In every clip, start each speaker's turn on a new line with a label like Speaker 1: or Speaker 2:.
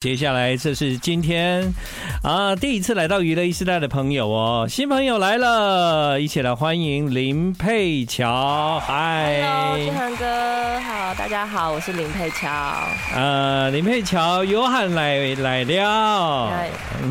Speaker 1: 接下来，这是今天啊第一次来到娱乐一时代的朋友哦，新朋友来了，一起来欢迎林佩乔。
Speaker 2: Hello，
Speaker 1: 嗨
Speaker 2: 志，恒哥，好，大家好，我是林佩乔。
Speaker 1: 呃，林佩乔，有喊来来了，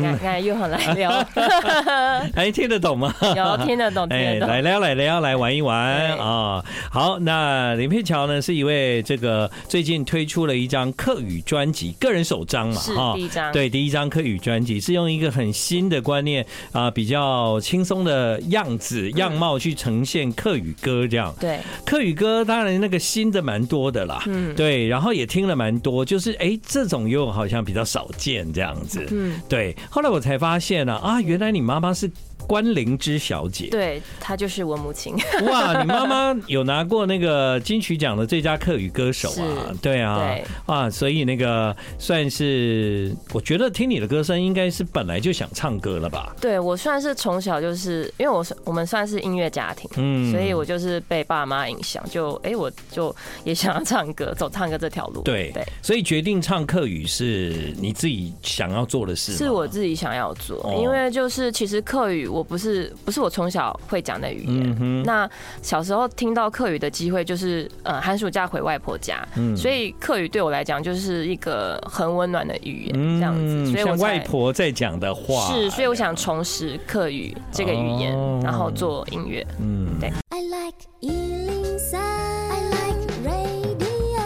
Speaker 2: 那那那又很来 聊，
Speaker 1: 哎，听得懂吗？
Speaker 2: 有听得懂， 听得
Speaker 1: 哎
Speaker 2: 懂。
Speaker 1: 来了来了，来玩一玩啊、
Speaker 2: 对
Speaker 1: 好，那林佩乔呢是一位这个最近推出了一张客语专辑，个人首张嘛，
Speaker 2: 是
Speaker 1: 哈
Speaker 2: 第一张
Speaker 1: 对，第一张客语专辑是用一个很新的观念啊、比较轻松的样子样貌去呈现客语歌这样。
Speaker 2: 对，
Speaker 1: 客语歌当然那个新的蛮多的啦，
Speaker 2: 嗯
Speaker 1: 对，然后也听了蛮多，就是哎、这种又好像比较少见这样子，
Speaker 2: 嗯，
Speaker 1: 对。后来我才发现呢、啊，原来你妈妈是关灵芝小姐，
Speaker 2: 对，她就是我母亲。
Speaker 1: 哇，你妈妈有拿过那个金曲奖的最佳客语歌手啊
Speaker 2: 是？
Speaker 1: 对啊
Speaker 2: 对，
Speaker 1: 啊，所以那个算是，我觉得听你的歌声，应该是本来就想唱歌了吧？
Speaker 2: 对我算是从小就是，因为我是我们算是音乐家庭，
Speaker 1: 嗯
Speaker 2: 所以我就是被爸妈影响，就哎、我就也想要唱歌，走唱歌这条路。
Speaker 1: 对
Speaker 2: 对，，
Speaker 1: 所以决定唱客语是你自己想要做的事吗，
Speaker 2: 是我自己想要做，
Speaker 1: 哦
Speaker 2: 因为就是其实客语我不是不是我从小会讲的语言
Speaker 1: 嗯，哼，
Speaker 2: 那小时候听到客语的机会就是，呃，寒暑假回外婆家，
Speaker 1: 嗯
Speaker 2: 所以客语对我来讲就是一个很温暖的语言，这样子，所以
Speaker 1: 嗯
Speaker 2: 我
Speaker 1: 像
Speaker 2: 才
Speaker 1: 外婆在讲的话，
Speaker 2: 是，所以我想重拾客语这个语言，
Speaker 1: 哦
Speaker 2: 然后做音乐。
Speaker 1: 嗯
Speaker 3: I like Ealing Sound. I like radio.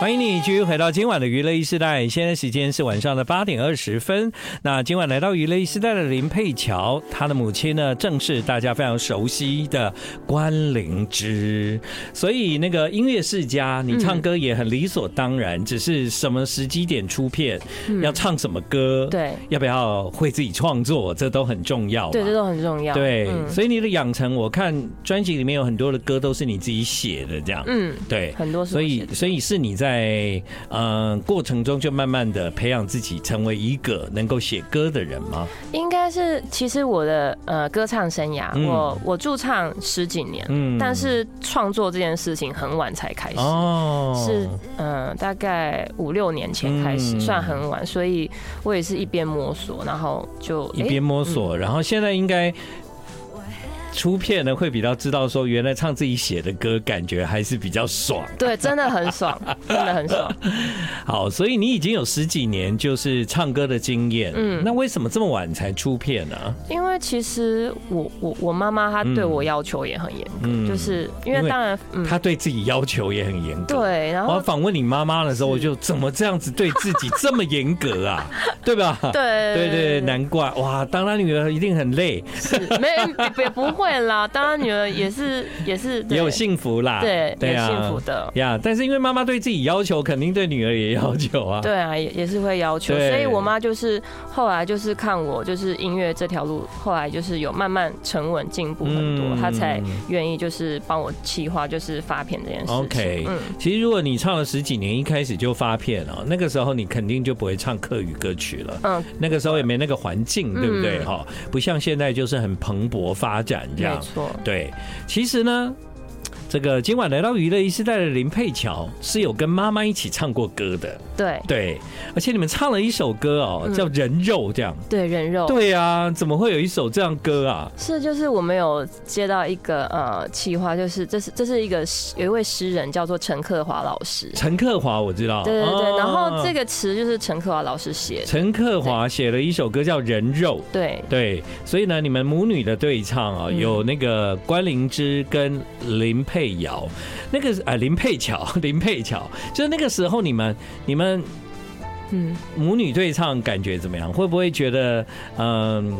Speaker 1: 欢迎你继续回到今晚的娱乐一时代，现在时间是晚上的八点二十分。那今晚来到娱乐一时代的林佩乔，她的母亲呢，正是大家非常熟悉的关灵芝。所以那个音乐世家，你唱歌也很理所当然，只是什么时机点出片，
Speaker 2: 嗯
Speaker 1: 要唱什么歌，
Speaker 2: 对，
Speaker 1: 要不要会自己创作，这都很重要嘛。
Speaker 2: 对，这都很重要。
Speaker 1: 对，
Speaker 2: 嗯
Speaker 1: 所以你的养成，我看专辑里面有很多的歌都是你自己写的，这样，
Speaker 2: 嗯，
Speaker 1: 对，
Speaker 2: 很多是
Speaker 1: 所
Speaker 2: 我写
Speaker 1: 以，
Speaker 2: 的
Speaker 1: 所以是你在呃过程中就慢慢的培养自己成为一个能够写歌的人吗？
Speaker 2: 应该是，其实我的呃歌唱生涯，
Speaker 1: 嗯
Speaker 2: 我我驻唱十几年，
Speaker 1: 嗯
Speaker 2: 但是创作这件事情很晚才开始。
Speaker 1: 哦，
Speaker 2: 是嗯、呃大概五六年前开始，
Speaker 1: 嗯
Speaker 2: 算很晚，所以我也是一边摸索，然后就
Speaker 1: 一边
Speaker 2: 诶嗯
Speaker 1: 摸索，然后现在应该。出片呢会比较知道说，原来唱自己写的歌感觉还是比较爽。
Speaker 2: 对，真的很 爽，真的很爽。
Speaker 1: 好，所以你已经有十几年就是唱歌的经验，嗯
Speaker 2: 嗯，
Speaker 1: 那为什么这么晚才出片呢、
Speaker 2: 因为其实我我我妈妈她对我要求也很严格，
Speaker 1: 嗯
Speaker 2: 就是因为
Speaker 1: 因为
Speaker 2: 当然嗯
Speaker 1: 他对自己要求也很严格。
Speaker 2: 对，然
Speaker 1: 我
Speaker 2: 后
Speaker 1: 访问你妈妈的时候，我就怎么这样子对自己这么严格 啊？对吧？
Speaker 2: 对
Speaker 1: 对对，难怪哇！当她女儿一定很累，
Speaker 2: 是 没也不会啦，当然女儿也是也是
Speaker 1: 也
Speaker 2: 对
Speaker 1: 有幸福啦。啊
Speaker 2: 对也幸福的。
Speaker 1: 呀。但是因为妈妈对自己要求，肯定对女儿也要求啊。
Speaker 2: 对啊，也也是会要求，
Speaker 1: 对
Speaker 2: 所以我妈就是后来就是看我就是音乐这条路，后来就是有慢慢沉稳进步很多，
Speaker 1: 嗯
Speaker 2: 她才愿意就是帮我企划就是发片这件事情。
Speaker 1: OK
Speaker 2: 嗯，
Speaker 1: 其实如果你唱了十几年，一开始就发片哦，那个时候你肯定就不会唱客语歌曲了。
Speaker 2: 嗯，
Speaker 1: 那个时候也没那个环境，对不对？
Speaker 2: 嗯
Speaker 1: 哈、不像现在就是很蓬勃发展这样
Speaker 2: 没。错，
Speaker 1: 对，其实呢，这个今晚来到娱乐一时代的林佩乔是有跟妈妈一起唱过歌的，
Speaker 2: 对
Speaker 1: 对，而且你们唱了一首歌哦，
Speaker 2: 嗯哦
Speaker 1: 叫《人肉》这样。
Speaker 2: 对，人肉。
Speaker 1: 对啊，怎么会有一首这样歌啊？
Speaker 2: 是，就是我们有接到一个呃企划，就是这是这是一个诗有一位诗人叫做陈克华老师，
Speaker 1: 陈克华我知道，
Speaker 2: 对对对，
Speaker 1: 哦
Speaker 2: 然后这个词就是陈克华老师写的，
Speaker 1: 陈克华写了一首歌叫《人肉》。
Speaker 2: 对
Speaker 1: 对，所以呢，你们母女的对唱啊、
Speaker 2: 嗯
Speaker 1: 有那个关灵芝跟林佩瑶，那个啊、林佩乔， 林佩乔，就是那个时候你们你们
Speaker 2: 嗯，
Speaker 1: 母女对唱感觉怎么样？会不会觉得，嗯、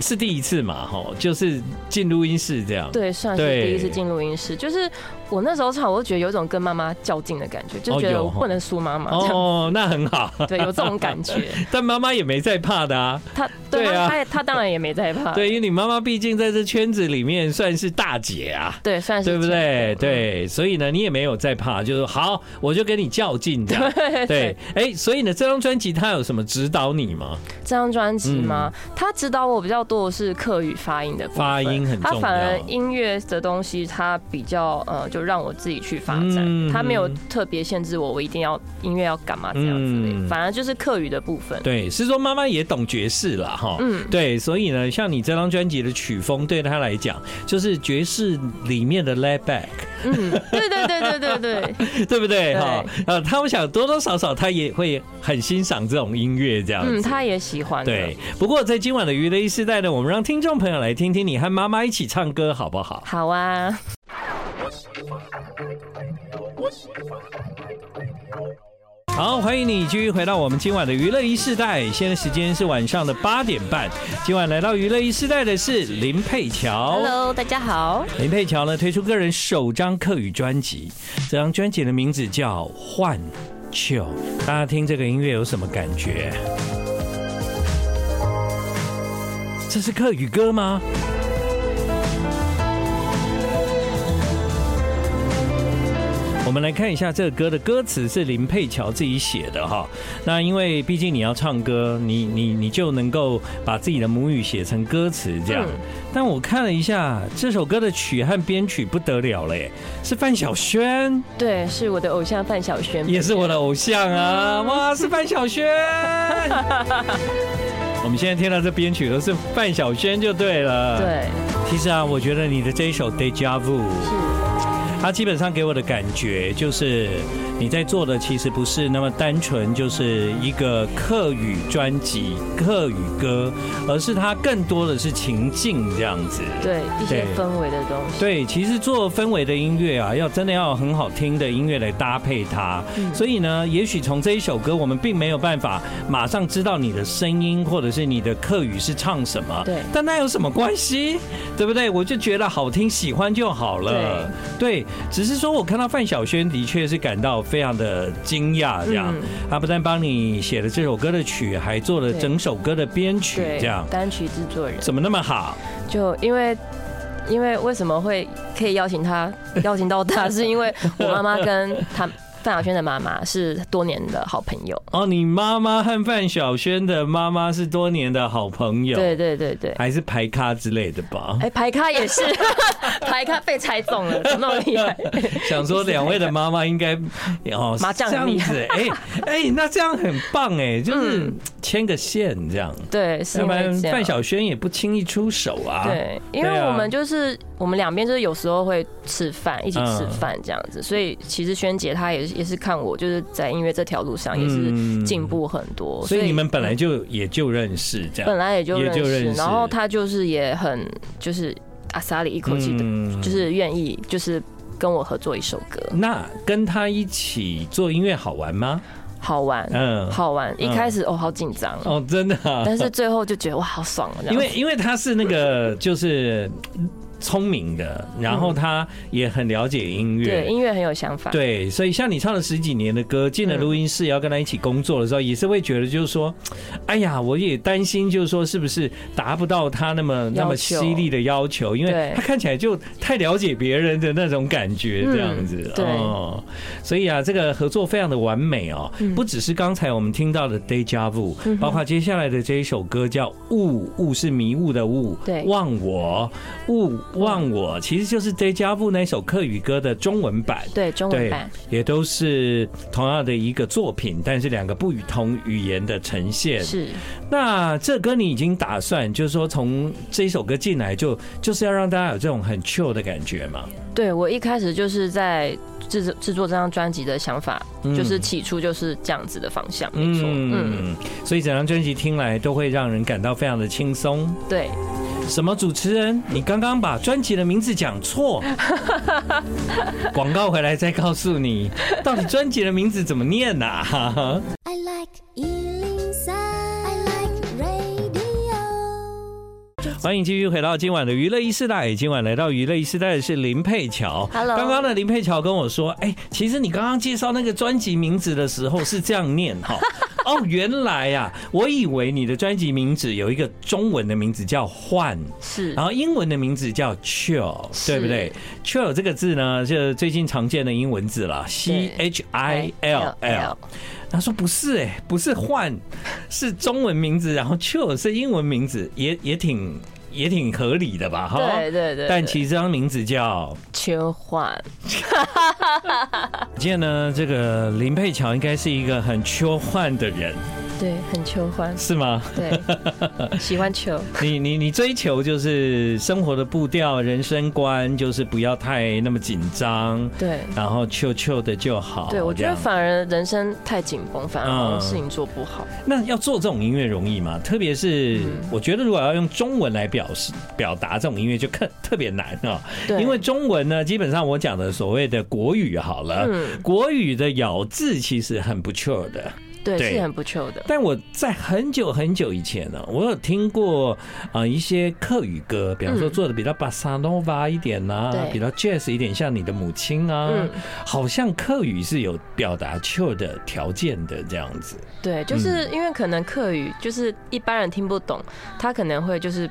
Speaker 1: 是第一次嘛？哈，就是进录音室这样。，
Speaker 2: 对，算
Speaker 1: 对
Speaker 2: 是第一次进录音室，就是我那时候唱，我就觉得有一种跟妈妈较劲的感觉，就觉
Speaker 1: 哦有
Speaker 2: 得我
Speaker 1: 哦
Speaker 2: 不能输妈妈这样。
Speaker 1: 哦，那很好。
Speaker 2: 对，有这种感觉。
Speaker 1: 但妈妈也没在怕的啊，
Speaker 2: 他
Speaker 1: 对
Speaker 2: 对
Speaker 1: 啊
Speaker 2: 他，他也他当然也没在怕。
Speaker 1: 对，因为你妈妈毕竟在这圈子里面算是大姐啊，
Speaker 2: 对，算是
Speaker 1: 对不对？
Speaker 2: 这样？
Speaker 1: 对，所以呢，你也没有在怕，就是好，我就跟你较劲这样。对，哎，所以呢，这张专辑他有什么指导你吗？
Speaker 2: 这张专辑吗？他指导我比较多的是课语发音的部分
Speaker 1: 嗯发音很重
Speaker 2: 他
Speaker 1: 要
Speaker 2: 反而音乐的东西，他比较呃，就让我自己去发展，
Speaker 1: 嗯
Speaker 2: 他没有特别限制我，我一定要音乐要干嘛这样子的，
Speaker 1: 嗯
Speaker 2: 反而就是课语的部分。
Speaker 1: 对，是说妈妈也懂爵士啦，哈。
Speaker 2: 嗯，
Speaker 1: 对，所以呢，像你这张专辑的曲风，对她来讲就是爵士里面的 laid back，
Speaker 2: 嗯，对对对对对对，
Speaker 1: 对不对？
Speaker 2: 对
Speaker 1: 哈，呃，她我想多多少少她也会很欣赏这种音乐这样子。
Speaker 2: 嗯，他也喜欢的。
Speaker 1: 对，不过在今晚的娱乐一时代呢，我们让听众朋友来听听你和妈妈一起唱歌好不好？
Speaker 2: 好啊，
Speaker 1: 好，欢迎你继续回到我们今晚的娱乐一世代，现在时间是晚上的八点半。今晚来到娱乐一世代的是林佩乔。
Speaker 2: Hello，大家好。
Speaker 1: 林佩乔呢推出个人首张客语专辑，这张专辑的名字叫《幻秋》。大家听这个音乐有什么感觉？这是客语歌吗？我们来看一下这个歌的歌词是林佩乔自己写的哈。那因为毕竟你要唱歌，你你你就能够把自己的母语写成歌词这样。
Speaker 2: 嗯
Speaker 1: 但我看了一下这首歌的曲和编曲不得了嘞，是范晓萱，
Speaker 2: 对，是我的偶像范晓萱，
Speaker 1: 也是我的偶像
Speaker 2: 嗯
Speaker 1: 啊！哇，是范晓 萱。我们现在听到这编曲都是范晓萱就对了。，
Speaker 2: 对，
Speaker 1: 其实啊，我觉得你的这一首《Deja Vu》。
Speaker 2: 是，
Speaker 1: 它基本上给我的感觉就是，你在做的其实不是那么单纯，就是一个客语专辑、客语歌，而是它更多的是情境这样子。
Speaker 2: 对一
Speaker 1: 对
Speaker 2: 些氛围的东西。
Speaker 1: 对，其实做氛围的音乐啊，要真的要有很好听的音乐来搭配它。
Speaker 2: 嗯
Speaker 1: 所以呢，也许从这一首歌，我们并没有办法马上知道你的声音或者是你的客语是唱什么。
Speaker 2: 对
Speaker 1: 但那有什么关系？对不对？我就觉得好听，喜欢就好了。对，只是说我看到范晓萱的确是感到非常的惊讶，这样
Speaker 2: 嗯。
Speaker 1: 她不但帮你写了这首歌的曲，还做了
Speaker 2: 对
Speaker 1: 整首歌的编曲，
Speaker 2: 对
Speaker 1: 这样
Speaker 2: 单曲制作人。
Speaker 1: 怎么那么好？
Speaker 2: 就因为。因为为什么会可以邀 请他，邀请到他，是因为我妈妈跟他范晓萱的妈妈是多年的好朋友。
Speaker 1: 哦，你妈妈和范晓萱的妈妈是多年的好朋友，
Speaker 2: 对，对对对，
Speaker 1: 还是排咖之类的吧
Speaker 2: 哎、？排咖也 是，排咖被猜中了，怎么那么厉害？
Speaker 1: 想说两位的妈妈应该哦
Speaker 2: 哎麻将
Speaker 1: 这
Speaker 2: 很
Speaker 1: 样
Speaker 2: 厉
Speaker 1: 子
Speaker 2: 害，嗯
Speaker 1: 哎哎，那这样很棒哎，就是牵个线这样，
Speaker 2: 对，是
Speaker 1: 要
Speaker 2: 因
Speaker 1: 不
Speaker 2: 为
Speaker 1: 然
Speaker 2: 这样
Speaker 1: 范晓萱也不轻易出手啊。，
Speaker 2: 啊对，因为
Speaker 1: 对啊
Speaker 2: 我们就是、我们两边就是有时候会吃饭，一起吃饭这样
Speaker 1: 嗯
Speaker 2: 子，所以其实萱姐她也是也是看我就是在音乐这条路上也是
Speaker 1: 嗯
Speaker 2: 进。步很多，
Speaker 1: 所以你们本来就也就认识这样
Speaker 2: 本，来也就
Speaker 1: 也
Speaker 2: 认
Speaker 1: 就
Speaker 2: 识，
Speaker 1: 认识
Speaker 2: 然后他就是也很就是阿萨里一口气的，
Speaker 1: 嗯
Speaker 2: 就是愿意就是跟我合作一首歌，
Speaker 1: 那跟他一起做音乐好玩吗？
Speaker 2: 好玩，
Speaker 1: 嗯，
Speaker 2: 好玩。一
Speaker 1: 嗯
Speaker 2: 开始哦好紧张，
Speaker 1: 哦，真的啊，
Speaker 2: 但是最后就觉得哇好爽哦，这样
Speaker 1: 因为因为他是那个就是聪明的，然后他也很了解音
Speaker 2: 对
Speaker 1: 乐。
Speaker 2: 音乐很有想法，嗯
Speaker 1: 对，所以像你唱了十几年的歌，进了录音室要跟他一起工作的时候，也是会觉得就是说，哎呀，我也担心，就是说是不是达不到他那么那么
Speaker 2: 要求
Speaker 1: 犀利的要求，因为
Speaker 2: 对嗯
Speaker 1: 他看起来就太了解别人的那种感觉，这样子。
Speaker 2: 对
Speaker 1: 哦，所以啊，这个合作非常的完美哦，
Speaker 2: 嗯
Speaker 1: 不只是刚才我们听到的《Deja Vu》，包括接下来的这一首歌叫《雾》，雾是迷雾的雾，
Speaker 2: 对嗯
Speaker 1: 忘我，雾忘我，其实就是《Deja Vu》那首客语歌的中文版。
Speaker 2: 对中文
Speaker 1: 对
Speaker 2: 版，
Speaker 1: 也都是同样的一个作品，但是两个不同语言的呈现。
Speaker 2: 是
Speaker 1: 那这歌你已经打算，就是说从这首歌进来就就是要让大家有这种很 chill 的感觉嘛？
Speaker 2: 对我一开始就是在制作制作这张专辑的想法，
Speaker 1: 嗯
Speaker 2: 就是起初就是这样子的方向，没错，嗯，，
Speaker 1: 所以整张专辑听来都会让人感到非常的轻松。
Speaker 2: 对，
Speaker 1: 什么主持人？你刚刚把专辑的名字讲 错，广告回来再告诉你，到底专辑的名字怎么念呐、啊？
Speaker 3: I like Ealing Sound. I like radio.
Speaker 1: 欢迎继续回到今晚的娱乐一世代。今晚来到娱乐一世代的是林佩乔。
Speaker 2: Hello
Speaker 1: 刚刚呢， 林佩乔跟我说，哎、其实你刚刚介绍那个专辑名字的时候是这样念哈。哦，原来呀、我以为你的专辑名字有一个中文的名字叫幻，
Speaker 2: 是
Speaker 1: 然后英文的名字叫 chill，
Speaker 2: 是
Speaker 1: 对不对？chill 这个字呢，就是最近常见的英文字了，c h i l l。他说不是哎、不是幻，是中文名字，然后 chill 是英文名字，也也挺也挺合理的吧？哈。
Speaker 2: 对对对，
Speaker 1: 但其实这张名字叫
Speaker 2: 切换
Speaker 1: 可见呢，这个林佩乔应该是一个很秋幻的人，
Speaker 2: 对很秋欢，
Speaker 1: 是吗？
Speaker 2: 对喜欢秋，
Speaker 1: 你你你追求就是生活的步调、人生观，就是不要太那么紧张，
Speaker 2: 对
Speaker 1: 然后秋秋的就好。
Speaker 2: 对，我觉
Speaker 1: 哦这
Speaker 2: 得
Speaker 1: 样嗯
Speaker 2: 反而人生太紧绷，反而好像事情做不好。
Speaker 1: 那要做这种音乐容易吗？特别是
Speaker 2: 嗯
Speaker 1: 我觉得如果要用中文来表示表达这种音乐，就更特别难啊、
Speaker 2: 对，
Speaker 1: 因为中文呢，基本上我讲的所谓的国语好了，
Speaker 2: 嗯
Speaker 1: 国语的咬字其实很不错的。
Speaker 2: 对
Speaker 1: 对
Speaker 2: 是很不秋的，
Speaker 1: 但我在很久很久以前呢、我有听过啊、呃一些客语歌，比方说
Speaker 2: 嗯
Speaker 1: 做的比较巴萨诺瓦一点呐、
Speaker 2: 对
Speaker 1: 比较 jazz 一点，像你的母亲啊，
Speaker 2: 嗯
Speaker 1: 好像客语是有表达 chill 的条件的这样子。
Speaker 2: 对，
Speaker 1: 嗯
Speaker 2: 就是因为可能客语就是一般人听不懂，他可能会就是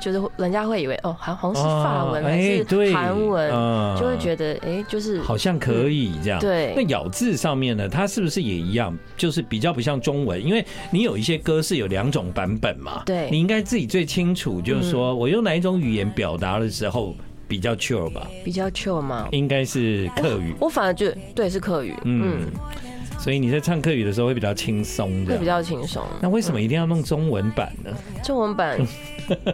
Speaker 2: 就是人家会以为哦，好好像是法文
Speaker 1: 哦
Speaker 2: 还
Speaker 1: 哎
Speaker 2: 是
Speaker 1: 对
Speaker 2: 韩文，
Speaker 1: 嗯
Speaker 2: 就会觉得哎，就是
Speaker 1: 好像可以这样。
Speaker 2: 对
Speaker 1: 那咬字上面呢，它是不是也一样？就是比较不像中文，因为你有一些歌是有两种版本嘛。
Speaker 2: 对嗯
Speaker 1: 你应该自己最清楚，就是说我用哪一种语言表达的时候比较 chill 吧。
Speaker 2: 比较秋嘛。
Speaker 1: 应该是客语，
Speaker 2: 我反而就对是客语，
Speaker 1: 嗯
Speaker 2: 嗯，，
Speaker 1: 所以你在唱客语的时候会比较轻松
Speaker 2: 会
Speaker 1: 的
Speaker 2: 比。较轻松。
Speaker 1: 那为什么一定要弄中文版呢？
Speaker 2: 中文版，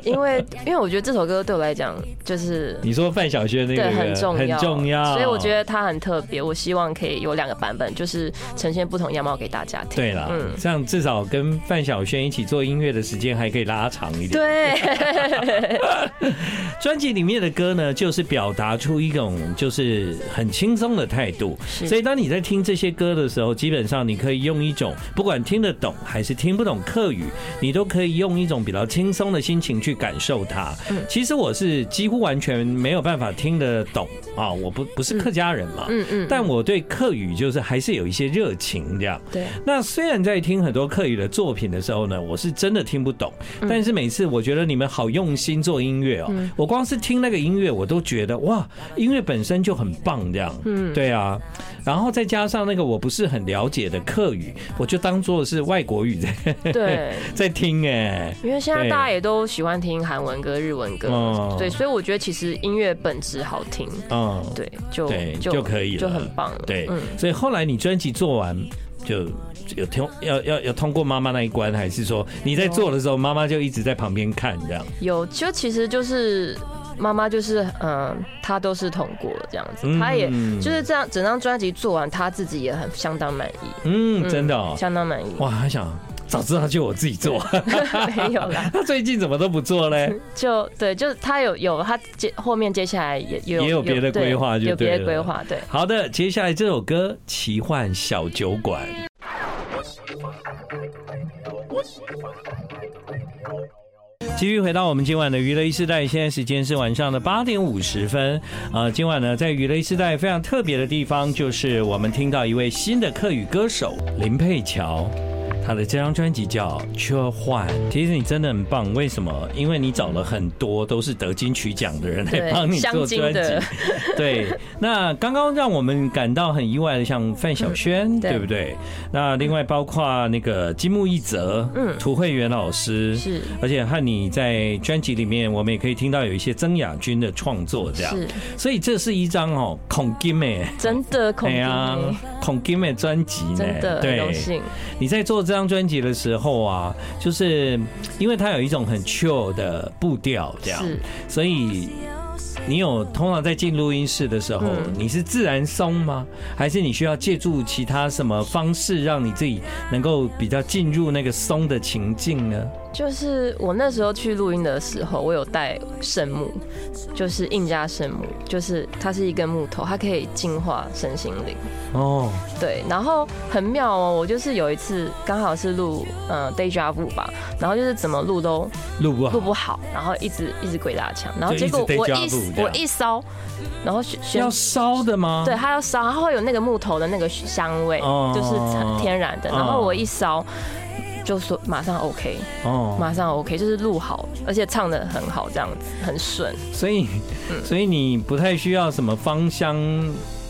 Speaker 2: 因为因为我觉得这首歌对我来讲就是
Speaker 1: 你说范晓萱那个
Speaker 2: 对很重要，
Speaker 1: 很重要，
Speaker 2: 所以我觉得它很特别。我希望可以有两个版本，就是呈现不同样貌给大家听。
Speaker 1: 对啦，
Speaker 2: 嗯
Speaker 1: 这样至少跟范晓萱一起做音乐的时间还可以拉长一点。，
Speaker 2: 对，
Speaker 1: 专辑里面的歌呢，就是表达出一种就是很轻松的态度。
Speaker 2: 是
Speaker 1: 所以当你在听这些歌的时候，基本上你可以用一种不管听得懂还是听不懂客语，你都可以用一种比较轻松的心情去感受它。
Speaker 2: 嗯
Speaker 1: 其实我是几乎完全没有办法听得懂啊，我不不是客家人嘛，
Speaker 2: 嗯嗯，
Speaker 1: 但我对客语就是还是有一些热情这样。
Speaker 2: 对
Speaker 1: 那虽然在听很多客语的作品的时候呢，我是真的听不懂，
Speaker 2: 嗯
Speaker 1: 但是每次我觉得你们好用心做音乐哦、我光是听那个音乐，我都觉得哇，音乐本身就很棒这样。嗯，对啊，然后再加上那个我不是很了解的客语，我就当做是外国语在
Speaker 2: 对。
Speaker 1: 在听哎、
Speaker 2: 因为现在
Speaker 1: 对
Speaker 2: 大家也都喜欢听韩文歌、日文歌，
Speaker 1: 哦
Speaker 2: 对，所以我觉得其实音乐本质好听，
Speaker 1: 嗯，
Speaker 2: 对，就
Speaker 1: 对就可以了
Speaker 2: 就很棒了。
Speaker 1: 对，
Speaker 2: 嗯，
Speaker 1: 所以后来你专辑做完就。有通要要要通过妈妈那一关，还是说你在做的时候，妈妈就一直在旁边看这样？
Speaker 2: 有就其实就是妈妈就是嗯，她都是通过这样子，她也
Speaker 1: 嗯
Speaker 2: 就是这样，整张专辑做完，她自己也很相当满意，
Speaker 1: 嗯，真的、哦
Speaker 2: 相当满意。
Speaker 1: 哇，还想早知道就我自己做，
Speaker 2: 没有 啦，
Speaker 1: 他最近怎么都不做嘞？
Speaker 2: 就对，就是她有有她接后面接下来也也有
Speaker 1: 也有别的规划
Speaker 2: 对
Speaker 1: 就
Speaker 2: 有别
Speaker 1: 对了
Speaker 2: 的规划，对。
Speaker 1: 好的，接下来这首歌《奇幻小酒馆》。继续回到我们今晚的娱乐一时代，现在时间是晚上的八点五十分。呃，今晚呢，在娱乐一时代非常特别的地方，就是我们听到一位新的客语歌手林佩乔，她的这张专辑叫《缺幻》。其实你真的很棒，为什么？因为你找了很多都是得金曲奖的人来
Speaker 2: 对
Speaker 1: 帮你做
Speaker 2: 镶金
Speaker 1: 专辑
Speaker 2: 的，
Speaker 1: 对，那刚刚让我们感到很意外的，像范晓萱，
Speaker 2: 嗯对
Speaker 1: 对不对？那另外包括那个金木一泽，嗯
Speaker 2: 嗯，
Speaker 1: 涂慧源老师
Speaker 2: 是
Speaker 1: 而且和你在专辑里面，我们也可以听到有一些曾雅君的创作，这样。
Speaker 2: 是
Speaker 1: 所以这是一张哦，孔金诶，
Speaker 2: 真的恐
Speaker 1: 哎
Speaker 2: 怖呢、
Speaker 1: 呀，孔金的专辑呢，
Speaker 2: 真的很荣幸。
Speaker 1: 你在做这张专辑的时候啊，就是因为它有一种很 chill 的步调，这样，
Speaker 2: 是
Speaker 1: 所以你有通常在进录音室的时候，
Speaker 2: 嗯
Speaker 1: 你是自然松吗？还是你需要借助其他什么方式让你自己能够比较进入那个松的情境呢？
Speaker 2: 就是我那时候去录音的时候，我有带圣木，就是印加圣木，就是它是一根木头，它可以净化身心灵。
Speaker 1: 哦，
Speaker 2: 对，然后很妙哦，我就是有一次刚好是录呃 day job 吧，然后就是怎么录都
Speaker 1: 录不
Speaker 2: 录
Speaker 1: 好，
Speaker 2: 不好，然后一直一直鬼打墙，然后
Speaker 1: 就一
Speaker 2: 结
Speaker 1: 直
Speaker 2: 果我
Speaker 1: deja
Speaker 2: 一
Speaker 1: vu 这样
Speaker 2: 我一烧，然后选选
Speaker 1: 要烧的吗？
Speaker 2: 对，，它要烧，它会有那个木头的那个香味，
Speaker 1: 哦
Speaker 2: 就是天然的。
Speaker 1: 哦
Speaker 2: 然后我一烧，就说马上 OK，
Speaker 1: 哦，
Speaker 2: 马上 OK，就是录好，而且唱的很好，这样子很顺。
Speaker 1: 所以
Speaker 2: 嗯
Speaker 1: 所以你不太需要什么芳香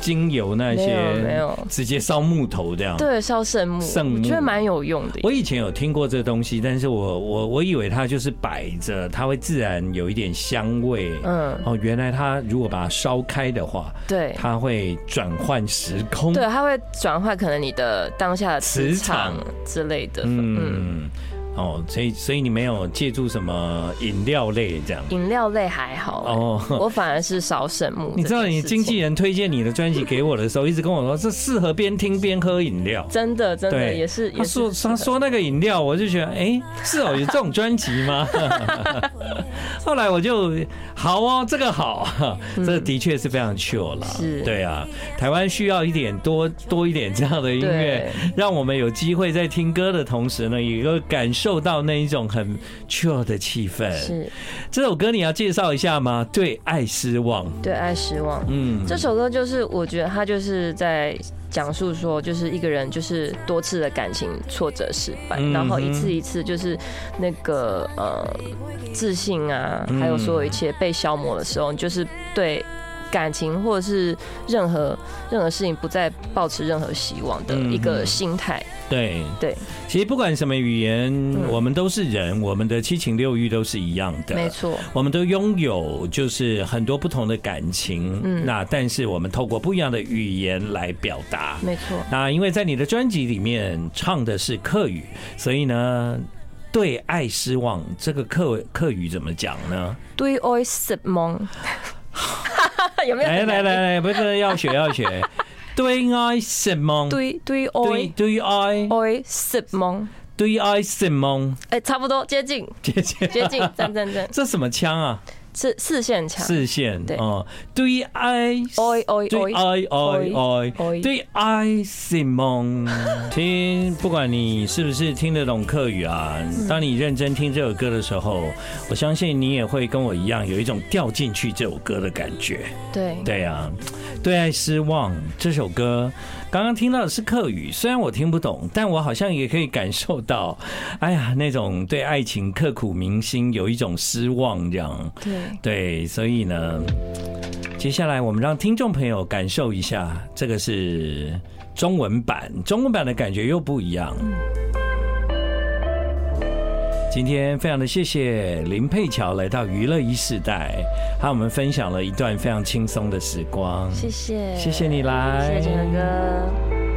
Speaker 1: 精油那些，
Speaker 2: 没有没有
Speaker 1: 直接烧木头这样。
Speaker 2: 对，烧圣木，
Speaker 1: 圣木
Speaker 2: 我觉得蛮有用的。
Speaker 1: 我以前有听过这东西，但是我我我以为它就是摆着，它会自然有一点香味。
Speaker 2: 嗯，
Speaker 1: 哦，原来它如果把它烧开的话，
Speaker 2: 对
Speaker 1: 它会转换时空。
Speaker 2: 对，啊它会转换可能你的当下的磁
Speaker 1: 磁场
Speaker 2: 场之类的。嗯，
Speaker 1: 嗯，哦，所以所以你没有借助什么饮料类这样。
Speaker 2: 饮料类还好、
Speaker 1: 哦
Speaker 2: 哦，我反而是烧圣木。
Speaker 1: 你知道你经纪人推荐你的专辑给我的时候，一直跟我说这适合边听边喝饮料。
Speaker 2: 真的真的
Speaker 1: 对
Speaker 2: 也是也
Speaker 1: 他
Speaker 2: 是
Speaker 1: 说他说那个饮料，我就觉得哎、诶是哦，有这种专辑吗？ 后来我就好哦，这个好，这的确是非常 chill 啦。
Speaker 2: 嗯是
Speaker 1: 对啊，台湾需要一点多多一点这样的音乐，让我们有机会在听歌的同时呢，也会感受到那一种很 chill 的气氛。
Speaker 2: 是
Speaker 1: 这首歌你要介绍一下吗？对爱失望。
Speaker 2: 对爱失望。
Speaker 1: 嗯，
Speaker 2: 这首歌就是我觉得他就是在讲述说，就是一个人就是多次的感情挫折失败，
Speaker 1: 嗯哼
Speaker 2: 然后一次一次就是那个呃自信啊，
Speaker 1: 嗯
Speaker 2: 还有所有一切被消磨的时候，你就是对。感情或者是任何任何事情，不再抱持任何希望的一
Speaker 1: 嗯哼
Speaker 2: 个心态，
Speaker 1: 对
Speaker 2: 对，嗯
Speaker 1: 其实不管什么语言，我们都是人，我们的七情六欲都是一样的。
Speaker 2: 没错，
Speaker 1: 我们都拥有就是很多不同的感情，
Speaker 2: 嗯
Speaker 1: 那但是我们透过不一样的语言来表达。
Speaker 2: 没错，
Speaker 1: 那因为在你的专辑里面唱的是客语，所以呢，对爱失望这个客客语怎么讲呢？
Speaker 2: 对爱失望，有没有
Speaker 1: 来
Speaker 2: 很
Speaker 1: 来
Speaker 2: 难听？
Speaker 1: 来来，不是要学要 学，对爱失望，
Speaker 2: 对
Speaker 1: 对
Speaker 2: 对爱
Speaker 1: 对爱
Speaker 2: 爱失望，
Speaker 1: 对爱失望，
Speaker 2: 哎，差不多接近，
Speaker 1: 姐姐，
Speaker 2: 接近，真真真，
Speaker 1: 这什么腔啊？
Speaker 2: 是四线强，
Speaker 1: 视线
Speaker 2: 对
Speaker 1: 哦，对爱
Speaker 2: 哎哎
Speaker 1: 对
Speaker 2: 哎，
Speaker 1: 爱爱爱
Speaker 2: 哎
Speaker 1: 对爱是梦。听，不管你是不是听得懂客语啊，当你认真听这首歌的时候，我相信你也会跟我一样有一种掉进去这首歌的感觉。
Speaker 2: 对，
Speaker 1: 对啊，对爱失望这首歌，刚刚听到的是客语，虽然我听不懂，但我好像也可以感受到，哎呀，那种对爱情刻骨铭心，有一种失望这样。
Speaker 2: 对，
Speaker 1: 对，所以呢，接下来我们让听众朋友感受一下，这个是中文版，中文版的感觉又不一样。今天非常的谢谢林佩乔来到娱乐一世代，和我们分享了一段非常轻松的时光。
Speaker 2: 谢谢，
Speaker 1: 谢谢你来
Speaker 2: 谢谢陈哥。